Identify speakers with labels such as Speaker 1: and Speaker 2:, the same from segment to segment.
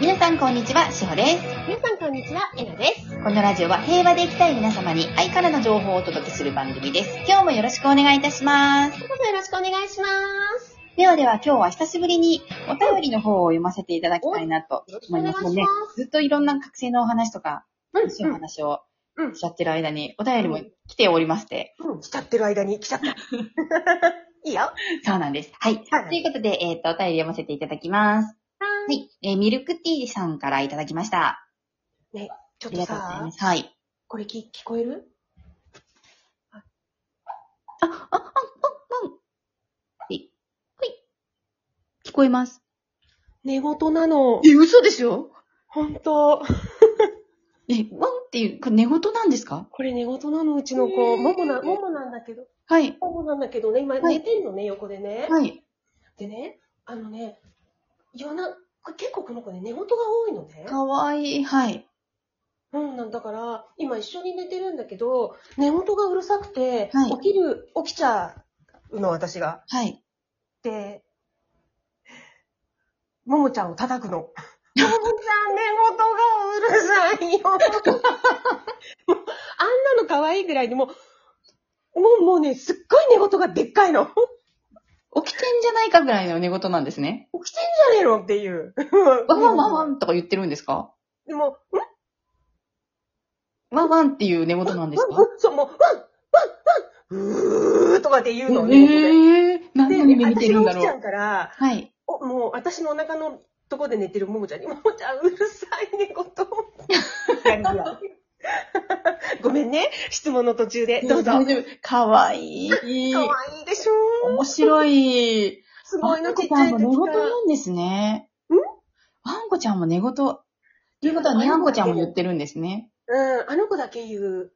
Speaker 1: 皆さんこんにちは、しほです。
Speaker 2: 皆さんこんにちは、えなです。
Speaker 1: このラジオは平和で生きたい皆様に愛からの情報をお届けする番組です。今日もよろしくお願いいたします。
Speaker 2: どうぞよろしくお願いします。
Speaker 1: ではでは今日は久しぶりにお便りの方を読ませていただきたいなと思いますも
Speaker 2: およろしくお願いしま
Speaker 1: うね。
Speaker 2: す
Speaker 1: ずっといろんな学生のお話とか、
Speaker 2: う
Speaker 1: そういうお話を
Speaker 2: うん
Speaker 1: しちゃってる間にお便りも来ておりまして。
Speaker 2: うん。来ちゃってる間に 来ちゃった。いいよ。は
Speaker 1: そうなんです。はい。
Speaker 2: はい
Speaker 1: ということで、えっ、と、お便り読ませていただきます。は
Speaker 2: ーい。
Speaker 1: い。えーミルクティーさんからいただきました。
Speaker 2: ちょ
Speaker 1: あ
Speaker 2: っ
Speaker 1: り
Speaker 2: と
Speaker 1: がとうござい
Speaker 2: さ
Speaker 1: ま、す。はい。
Speaker 2: これき聞こえる
Speaker 1: あ、あ、あ、あ、なん。はい。はい。聞こえます。
Speaker 2: 寝言なの。
Speaker 1: え、嘘でしょ
Speaker 2: 本当
Speaker 1: え、ワンっていう、これ寝言なんですか
Speaker 2: これ寝言なの、うちの子。ももな、ももなんだけど。
Speaker 1: はい。
Speaker 2: ももなんだけどね、今
Speaker 1: はい
Speaker 2: 寝てんのね、横でね。
Speaker 1: はい。
Speaker 2: でね、あのね、夜な、これ結構この子ね、寝言が多いのね。
Speaker 1: かわいい。はい。
Speaker 2: うん、なんだから、今一緒に寝てるんだけど、寝言がうるさくて、
Speaker 1: はい
Speaker 2: 起きる、起きちゃうの、私が。
Speaker 1: はい。
Speaker 2: で、ももちゃんを叩くの。ももちゃん、寝 言がうるさいよ。もうあんなの可愛いぐらいにもう、もう、もうね、すっごい寝言がでっかいの。起
Speaker 1: 起きてんじゃないかぐらいの寝言なんですね。
Speaker 2: きてんじゃねえのっていう。
Speaker 1: ワンワンワンワ
Speaker 2: ン。
Speaker 1: ンとか言ってるんですか
Speaker 2: でも、ん
Speaker 1: ワンワンっていう寝言なんです
Speaker 2: うん
Speaker 1: か
Speaker 2: うんそう、もう、うん、うん、うん、うーとかって言うのね。
Speaker 1: えー、何
Speaker 2: で、
Speaker 1: の夢見て
Speaker 2: 私
Speaker 1: るん
Speaker 2: が
Speaker 1: だ
Speaker 2: 起き
Speaker 1: ろ
Speaker 2: ちゃ
Speaker 1: う。
Speaker 2: うから、
Speaker 1: はい。
Speaker 2: おもう私のお腹のとこで寝てるももちゃんに、ももちゃんうるさいね、こと。ごめんね、質問の途中で。どうぞ。
Speaker 1: 大丈夫。かわいい。
Speaker 2: かわいいでしょ
Speaker 1: 面白い。
Speaker 2: すごいの、ちっち
Speaker 1: ワ
Speaker 2: ゃ
Speaker 1: ン
Speaker 2: い
Speaker 1: コ
Speaker 2: 時
Speaker 1: ちゃんも
Speaker 2: か
Speaker 1: 寝
Speaker 2: ら。
Speaker 1: 言なんですね。
Speaker 2: ん
Speaker 1: ワンコちゃんも寝言。ということは、ニャンコちゃんも言ってるんですね。
Speaker 2: うん、あの子だけ言う。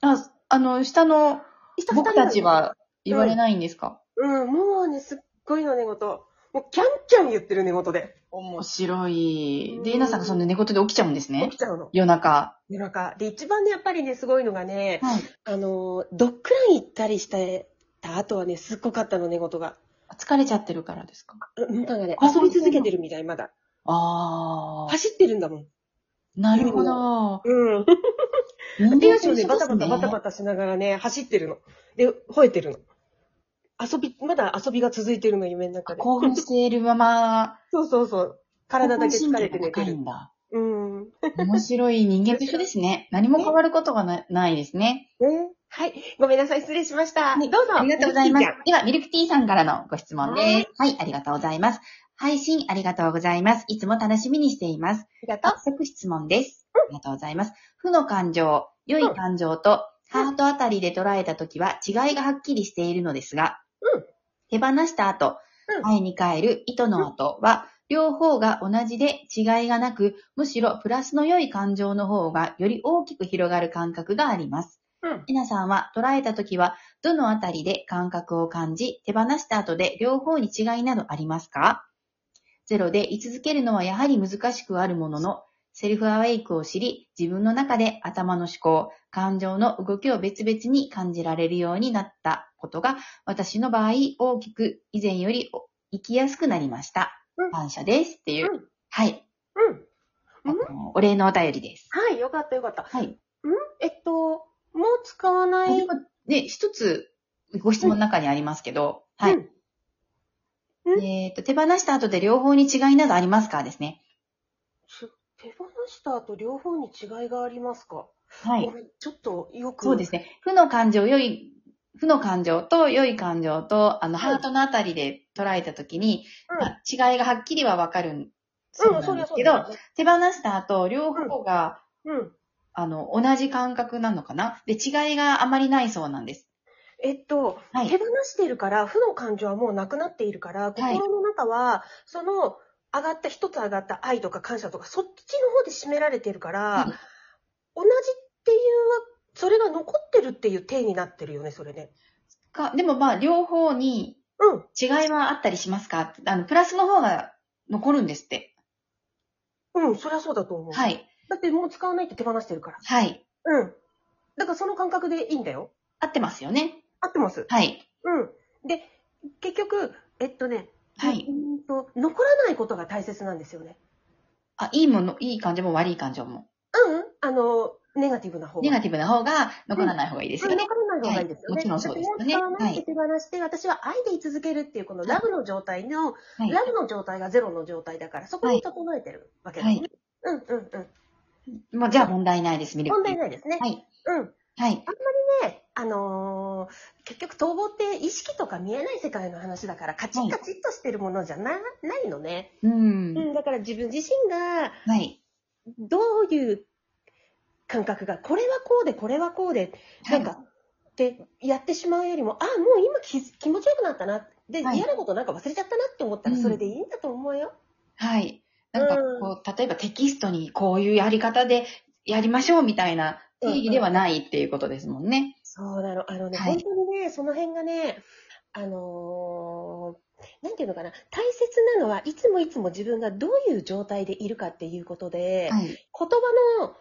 Speaker 1: あ、あの、下の
Speaker 2: 下二人
Speaker 1: 僕たちは言われないんですか、
Speaker 2: うん、もうね、すっごいの寝言。もう、キャンキャン言ってる寝言で。
Speaker 1: 面白い。で、
Speaker 2: うん
Speaker 1: エナさんがそんな寝言で起きちゃうんです
Speaker 2: 起
Speaker 1: ね
Speaker 2: き。ちゃうの。
Speaker 1: 夜中。
Speaker 2: 夜中。で、一番ね、やっぱりね、すごいのがね、
Speaker 1: はい。
Speaker 2: あの、ドッグラン行ったりしてた後はね、すっごかったの、寝言が。
Speaker 1: 疲れちゃってるからですか
Speaker 2: うん、なんかね、
Speaker 1: あ
Speaker 2: 遊び続けてるみたい、まだ。
Speaker 1: ああ。
Speaker 2: 走ってるんだもん。
Speaker 1: なるほど。
Speaker 2: うん。
Speaker 1: 人
Speaker 2: 手
Speaker 1: 間
Speaker 2: 足
Speaker 1: と
Speaker 2: を
Speaker 1: 一
Speaker 2: ね、
Speaker 1: 緒
Speaker 2: バタバ
Speaker 1: で
Speaker 2: タ
Speaker 1: す
Speaker 2: バタバタしながらね、走ってるの。で、吠えてるの。遊び、まだ遊びが続いてるの、夢の中で。
Speaker 1: 興奮しているまま、
Speaker 2: そうそうそう。体だけ疲れて寝て
Speaker 1: 高い
Speaker 2: る。
Speaker 1: んだ。
Speaker 2: うん。ね。
Speaker 1: 面白い人間と一緒ですね。何も変わることがなないですね。
Speaker 2: はい。ごめんなさい、失礼しました。
Speaker 1: はい
Speaker 2: どうぞ。
Speaker 1: ありがとうございます
Speaker 2: ゆきち。
Speaker 1: では、ミルクティーさんからのご質問です。はい、ありがとうございます。配信ありがとうございます。いつも楽しみにしています。
Speaker 2: ゃんありがと
Speaker 1: 早速質問です。ありがとうございます。負の感情、良い感情と、
Speaker 2: うん
Speaker 1: ハートあたりで捉えたときは違いがはっきりしているのですが、
Speaker 2: うん
Speaker 1: 手放した後
Speaker 2: う、ん
Speaker 1: 愛に帰る糸の後は、両方が同じで違いがなく、むしろプラスの良い感情の方がより大きく広がる感覚があります。
Speaker 2: う。うん。
Speaker 1: ひなさんは捉えた時は、どのあたりで感覚を感じ、手放した後で両方に違いなどありますかゼロで居続けるのはやはり難しくはあるものの、セルフアウェイクを知り、自分の中で頭の思考、感情の動きを別々に感じられるようになったことが、私の場合、大きく以前より生きやすくなりました
Speaker 2: うん。
Speaker 1: 感謝です。っていう、
Speaker 2: うん
Speaker 1: はい、
Speaker 2: うん。
Speaker 1: あのお礼のお便りです。
Speaker 2: はい、よかったよかった。
Speaker 1: はい。
Speaker 2: えっと、もう使わな
Speaker 1: で
Speaker 2: い
Speaker 1: も。ね、一つご質問の中にありますけど、は
Speaker 2: う
Speaker 1: い。
Speaker 2: んうん
Speaker 1: えっ、と、手放した後で両方に違いなどありますかですね。
Speaker 2: す手放した後、両方に違いがありますか
Speaker 1: は
Speaker 2: ご。めんちょっとよく。
Speaker 1: そうですね。負の感情、良い、負の感情と良い感情と、あの、
Speaker 2: はい
Speaker 1: ハートのあたりで捉えたときに、
Speaker 2: うん、
Speaker 1: まあ違いがはっきりはわかるん、そううん
Speaker 2: そ
Speaker 1: なんで
Speaker 2: りゃ
Speaker 1: す
Speaker 2: そう
Speaker 1: けど、
Speaker 2: だよね。
Speaker 1: 手放した後、両方が、
Speaker 2: うん。
Speaker 1: あの、同じ感覚なのかなで、違いがあまりないそうなんです。
Speaker 2: えっと、
Speaker 1: はい
Speaker 2: 手放しているから、負の感情はもうなくなっているから、心の中は、その、上がった、一つ上がった愛とか感謝とか、そっちの方で占められているから、
Speaker 1: はい
Speaker 2: 同じっていう、それが残ってるっていう体になってるよね、それね。
Speaker 1: かでもまあ、両方に
Speaker 2: うん。
Speaker 1: 違いはあったりしますかあの、プラスの方が残るんですって。
Speaker 2: うん、そりゃそうだと思う。
Speaker 1: はい。
Speaker 2: だってもう使わないって手放してるから。
Speaker 1: はい。
Speaker 2: うん。だからその感覚でいいんだよ。
Speaker 1: 合ってますよね。
Speaker 2: 合ってます。
Speaker 1: はい。
Speaker 2: うん。で、結局、えっとね、
Speaker 1: はい。
Speaker 2: うーんと、残らないことが大切なんですよね。
Speaker 1: あ、いいもの、いい感情も悪い感情も。
Speaker 2: うん、あの、ネガティブな方が。
Speaker 1: ネガティブな方が残らない方がいいですよね。
Speaker 2: 残らない方がいいですよね。
Speaker 1: はいもちろんそうですよね
Speaker 2: だからもう使わないって手放して、私は愛で居続けるっていう、このラブの状態の、
Speaker 1: はい。
Speaker 2: ラブの状態がゼロの状態だから、そこに整えてるわけですね。うんうんうん。
Speaker 1: まあ、じゃあ問題ないです、見る。
Speaker 2: 問題ないですね。
Speaker 1: はい。
Speaker 2: うん。
Speaker 1: はい。
Speaker 2: で、あのー結局統合って意識とか見えない世界の話だから、カチッカチッとしてるものじゃな,、ないのね。
Speaker 1: うん
Speaker 2: う。ん、だから自分自身が、
Speaker 1: はい。
Speaker 2: どういう感覚が、これはこうで、これはこうで、なんか、ってやってしまうよりも、あ、もう今気気持ちよくなったな。で、
Speaker 1: はい
Speaker 2: 嫌なことなんか忘れちゃったなって思ったら、
Speaker 1: うん
Speaker 2: それでいいんだと思うよ。
Speaker 1: はい。なんか
Speaker 2: うん
Speaker 1: こう、例えばテキストにこういうやり方でやりましょうみたいな定義ではないっていうことですもんね。
Speaker 2: そうなの。あのね、
Speaker 1: はい
Speaker 2: 本当にね、その辺がね、あのーなんていうのかな、大切なのは、いつもいつも自分がどういう状態でいるかっていうことで、
Speaker 1: はい。
Speaker 2: 言葉の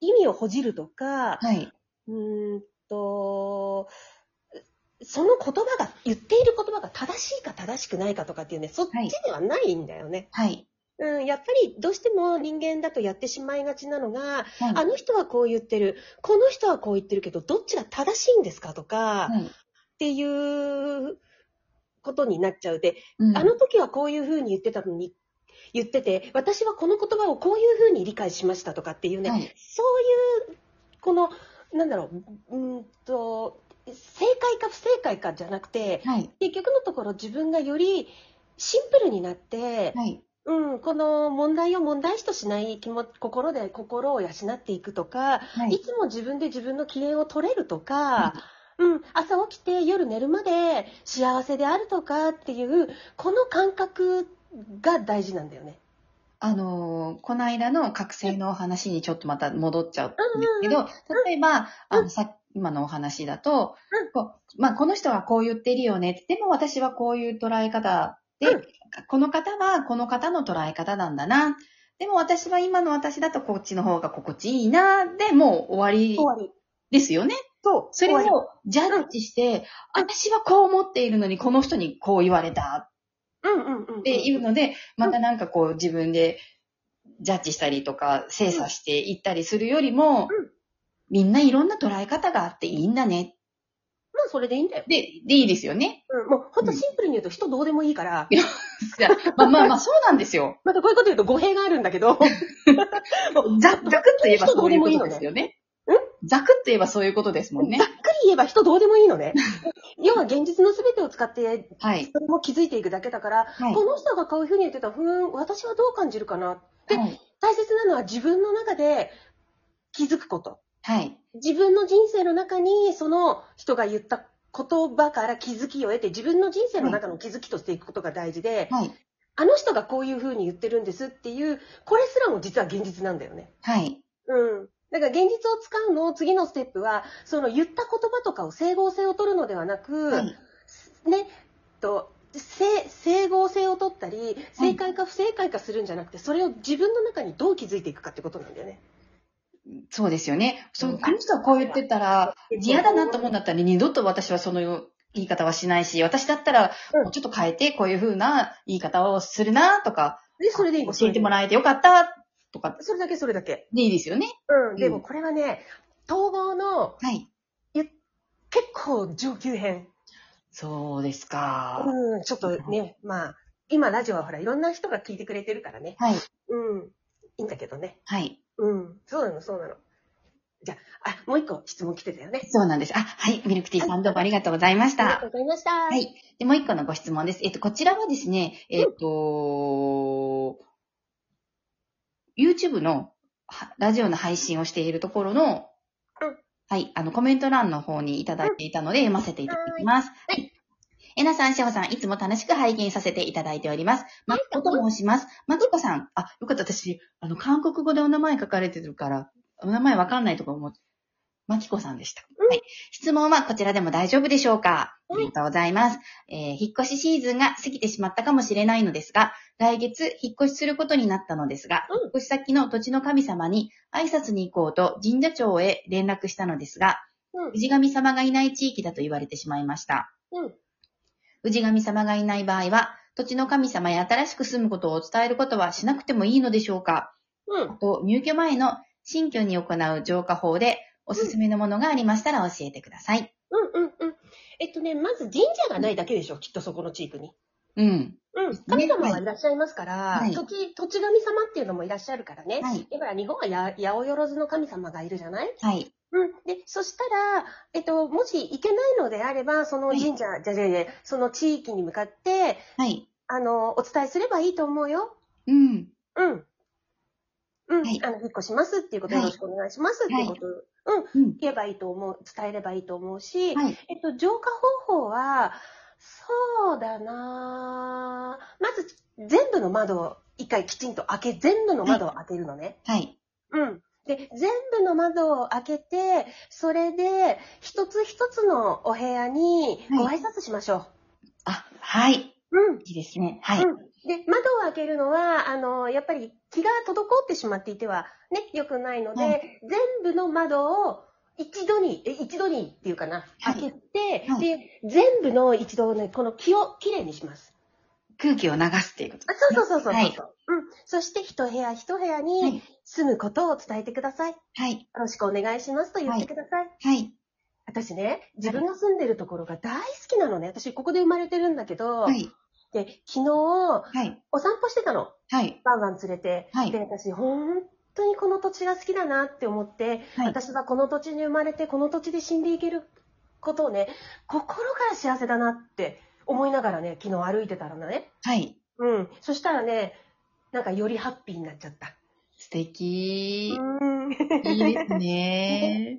Speaker 2: 意味をほじるとか、
Speaker 1: はい。
Speaker 2: うーんと、その言葉が、言っている言葉が正しいか正しくないかとかっていうね、そっち
Speaker 1: はい
Speaker 2: ではないんだよね。
Speaker 1: はい。
Speaker 2: うん、やっぱりどうしても人間だとやってしまいがちなのが、
Speaker 1: はい。
Speaker 2: あの人はこう言ってる、この人はこう言ってるけど、どっちが正しいんですかとか、
Speaker 1: はい
Speaker 2: っていうことになっちゃうで、
Speaker 1: うん
Speaker 2: あの時はこういうふうに言ってたのに、言ってて、私はこの言葉をこういうふうに理解しましたとかっていうね、
Speaker 1: はい
Speaker 2: そういう、この、なんだろう、うーんと、正解か不正解かじゃなくて、
Speaker 1: はい。
Speaker 2: 結局のところ自分がよりシンプルになって、
Speaker 1: はい。
Speaker 2: うん、この問題を問題視としない気も心で心を養っていくとか、、
Speaker 1: はいい。
Speaker 2: つも自分で自分の機嫌を取れるとか、うん、朝起きて夜寝るまで幸せであるとかっていう、この感覚が大事なんだよね。
Speaker 1: あのーこの間の覚醒のお話にちょっとまた戻っちゃうんですけど、例えば、あの、さ今のお話だと、こうまあ、この人はこう言ってるよね。でも私はこういう捉え方で、
Speaker 2: うん
Speaker 1: この方はこの方の捉え方なんだな。でも私は今の私だとこっちの方が心地いいな。で、もう終
Speaker 2: 終
Speaker 1: わ
Speaker 2: わり。
Speaker 1: りですよね。
Speaker 2: そう、
Speaker 1: それ
Speaker 2: 終わり
Speaker 1: をジャッジして、私はこう思っているのにこの人にこう言われた
Speaker 2: うんうんうんうん。
Speaker 1: っていうので、またなんかこう自分でジャッジしたりとか精査していったりするよりも
Speaker 2: うん、
Speaker 1: みんないろんな捉え方があっていいんだね。
Speaker 2: まあそれでいいんだよ。
Speaker 1: で、でいいですよね。
Speaker 2: うん、もうほんとシンプルに言うと人どうでもいいから、
Speaker 1: いやまあまあまあそうなんですよ。
Speaker 2: またこういうこと言うと語弊があるんだけ ど、
Speaker 1: ざざくっと言えばそういうこと
Speaker 2: 人どうでもいいのね
Speaker 1: ですよね
Speaker 2: ん。
Speaker 1: ざくっと言えばそういうことですもんね
Speaker 2: ざ。っくり言えば人どうでもいいのね。要は現実の全てを使って、
Speaker 1: はい。
Speaker 2: それも気づいていくだけだから、
Speaker 1: はい。
Speaker 2: この人がこういうふうに言ってた、ふーん、私はどう感じるかな。
Speaker 1: はい。
Speaker 2: 大切なのは自分の中で気づくこと。
Speaker 1: はい。
Speaker 2: 自分の人生の中に、その人が言った言葉から気づきを得て、自分の人生の中の気づきとしていくことが大事で、
Speaker 1: はい。
Speaker 2: あの人がこういうふうに言ってるんですっていう、これすらも実は現実なんだよね。
Speaker 1: はい。
Speaker 2: うん。だから現実を使うの、次のステップは、その言った言葉とかを整合性を取るのではなく、
Speaker 1: はい。
Speaker 2: ね、と、せ整合性を取ったり、正解か不正解かするんじゃなくて、それを自分の中にどう気づいていくかってことなんだよね。
Speaker 1: そうですよね。そうの、
Speaker 2: ん
Speaker 1: この人はこう言ってたら、嫌だなと思うん
Speaker 2: だ。
Speaker 1: だったら二度と私はその言い方はしないし、私だったら
Speaker 2: うん
Speaker 1: もうちょっと変えてこういう風な言い方をするなとか、
Speaker 2: で、それでいいの
Speaker 1: 教えても
Speaker 2: ら
Speaker 1: らえてよかったとか
Speaker 2: それだけ、それだけ。
Speaker 1: でいいですよね。
Speaker 2: うんん。でもこれはね、統合の
Speaker 1: はい。
Speaker 2: 結構上級編。
Speaker 1: そうですか。
Speaker 2: うん。ちょっとね、まあ、今ラジオはほら、いろんな人が聞いてくれてるからね。
Speaker 1: はい。
Speaker 2: うん。いいんだけどね。
Speaker 1: はい。
Speaker 2: うん。そうなの、そうなの。じゃあ、あ、もう一個質問来てたよね。
Speaker 1: そうなんです。あ、はい。ミルクティーさんどうもありがとうございまし
Speaker 2: ありがと
Speaker 1: た。
Speaker 2: うございました。
Speaker 1: は。い。で、もう一個のご質問です。えっと、こちらはですね、えっと、YouTube のはラジオの配信をしているところの
Speaker 2: うん、
Speaker 1: はい、あの、コメント欄の方にいただいていたので、読ませていただきます。
Speaker 2: は
Speaker 1: はい。えなさん、しほさん、いつも楽しく拝見させていただいております。まきこと申します。まきこさん、あ、よかった、私、あの、韓国語でお名前書かれてるから、お名前わかんないとか思う。まきこさんでした。
Speaker 2: うん
Speaker 1: はい。質問はこちらでも大丈夫でしょうかあ
Speaker 2: はい
Speaker 1: りがとうございます。えー引っ越しシーズンが過ぎてしまったかもしれないのですが、来月引っ越しすることになったのですが、
Speaker 2: うん
Speaker 1: 引っ越し先の土地の神様に挨拶に行こうと神社長へ連絡したのですが、
Speaker 2: うん
Speaker 1: 氏神様がいない地域だと言われてしまいました。
Speaker 2: うん。
Speaker 1: 氏神様がいない場合は、土地の神様や新しく住むことを伝えることはしなくてもいいのでしょうか
Speaker 2: うん。
Speaker 1: と、入居前の新居に行う浄化法で、おすすめのものがありましたら教えてください。
Speaker 2: うんうんうん。えっとね、まず神社がないだけでしょ、きっとそこの地域に。
Speaker 1: うん。
Speaker 2: うん。
Speaker 1: ね
Speaker 2: 神様はいらっしゃいますから、
Speaker 1: はい
Speaker 2: 土地、土地神様っていうのもいらっしゃるからね。
Speaker 1: はい。
Speaker 2: だから日本はや八百万の神様がいるじゃない
Speaker 1: はい。
Speaker 2: うん。で、そしたら、えっと、もし行けないのであれば、その神社、じゃじゃじゃその地域に向かって、
Speaker 1: はい。
Speaker 2: あの、お伝えすればいいと思うよ。
Speaker 1: うん。
Speaker 2: うん。うん。
Speaker 1: はい
Speaker 2: あの、引っ越しますっていうこと、
Speaker 1: は
Speaker 2: よ
Speaker 1: い
Speaker 2: ろしくお願いしますっていうこと、うん。
Speaker 1: うん。
Speaker 2: 言えばいいと思う、伝えればいいと思うし、
Speaker 1: はい。
Speaker 2: えっと、浄化方法は、そうだなぁまず、全部の窓を一回きちんと開け、全部の窓を開けるのね。
Speaker 1: はい。
Speaker 2: うん。で、全部の窓を開けて、それで、一つ一つのお部屋にご
Speaker 1: は
Speaker 2: 挨拶しましょう。
Speaker 1: あ、はい。
Speaker 2: うん。
Speaker 1: いいですね。はい。
Speaker 2: うんで、窓を開けるのは、あの、やっぱり気が滞ってしまっていては、ね、良くないので、
Speaker 1: は
Speaker 2: 全部の窓を一度に、え一度にっていうかな、
Speaker 1: はい
Speaker 2: 開けて、
Speaker 1: はい
Speaker 2: で、全部の一度ね、この気をきれいにします。
Speaker 1: 空気を流すっていうこと
Speaker 2: あ
Speaker 1: です、ね。
Speaker 2: そうそうそうそうそう、
Speaker 1: はい。
Speaker 2: うん。そして一部屋一部屋
Speaker 1: は
Speaker 2: に
Speaker 1: い
Speaker 2: 住むことを伝えてください。よ
Speaker 1: はい。
Speaker 2: ろしくお願いしますと言ってください。
Speaker 1: はい。
Speaker 2: 私ね、自分が住んでるところが大好きなのね。私、ここで生まれてるんだけど、
Speaker 1: はい。
Speaker 2: で、昨日、
Speaker 1: はい。
Speaker 2: お散歩してたの。
Speaker 1: はい。
Speaker 2: ワンワン連れて、
Speaker 1: はい
Speaker 2: で私本当にこの土地が好きだなって思って、
Speaker 1: はい。
Speaker 2: 私はこの土地に生まれてこの土地で死んでいけることをね心から幸せだなって思いながらね昨日歩いてたらね
Speaker 1: はい。
Speaker 2: うんそしたらねなんかよりハッピーになっちゃった
Speaker 1: 素敵。
Speaker 2: う
Speaker 1: い
Speaker 2: ん
Speaker 1: いですね。
Speaker 2: ね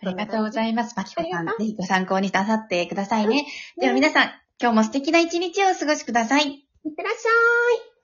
Speaker 1: ありがとうございます。まきこさん、ぜひご参考になさってくださいね。
Speaker 2: うん
Speaker 1: では皆さん、今日も素敵な一日をお過ごしください。
Speaker 2: いってらっしゃい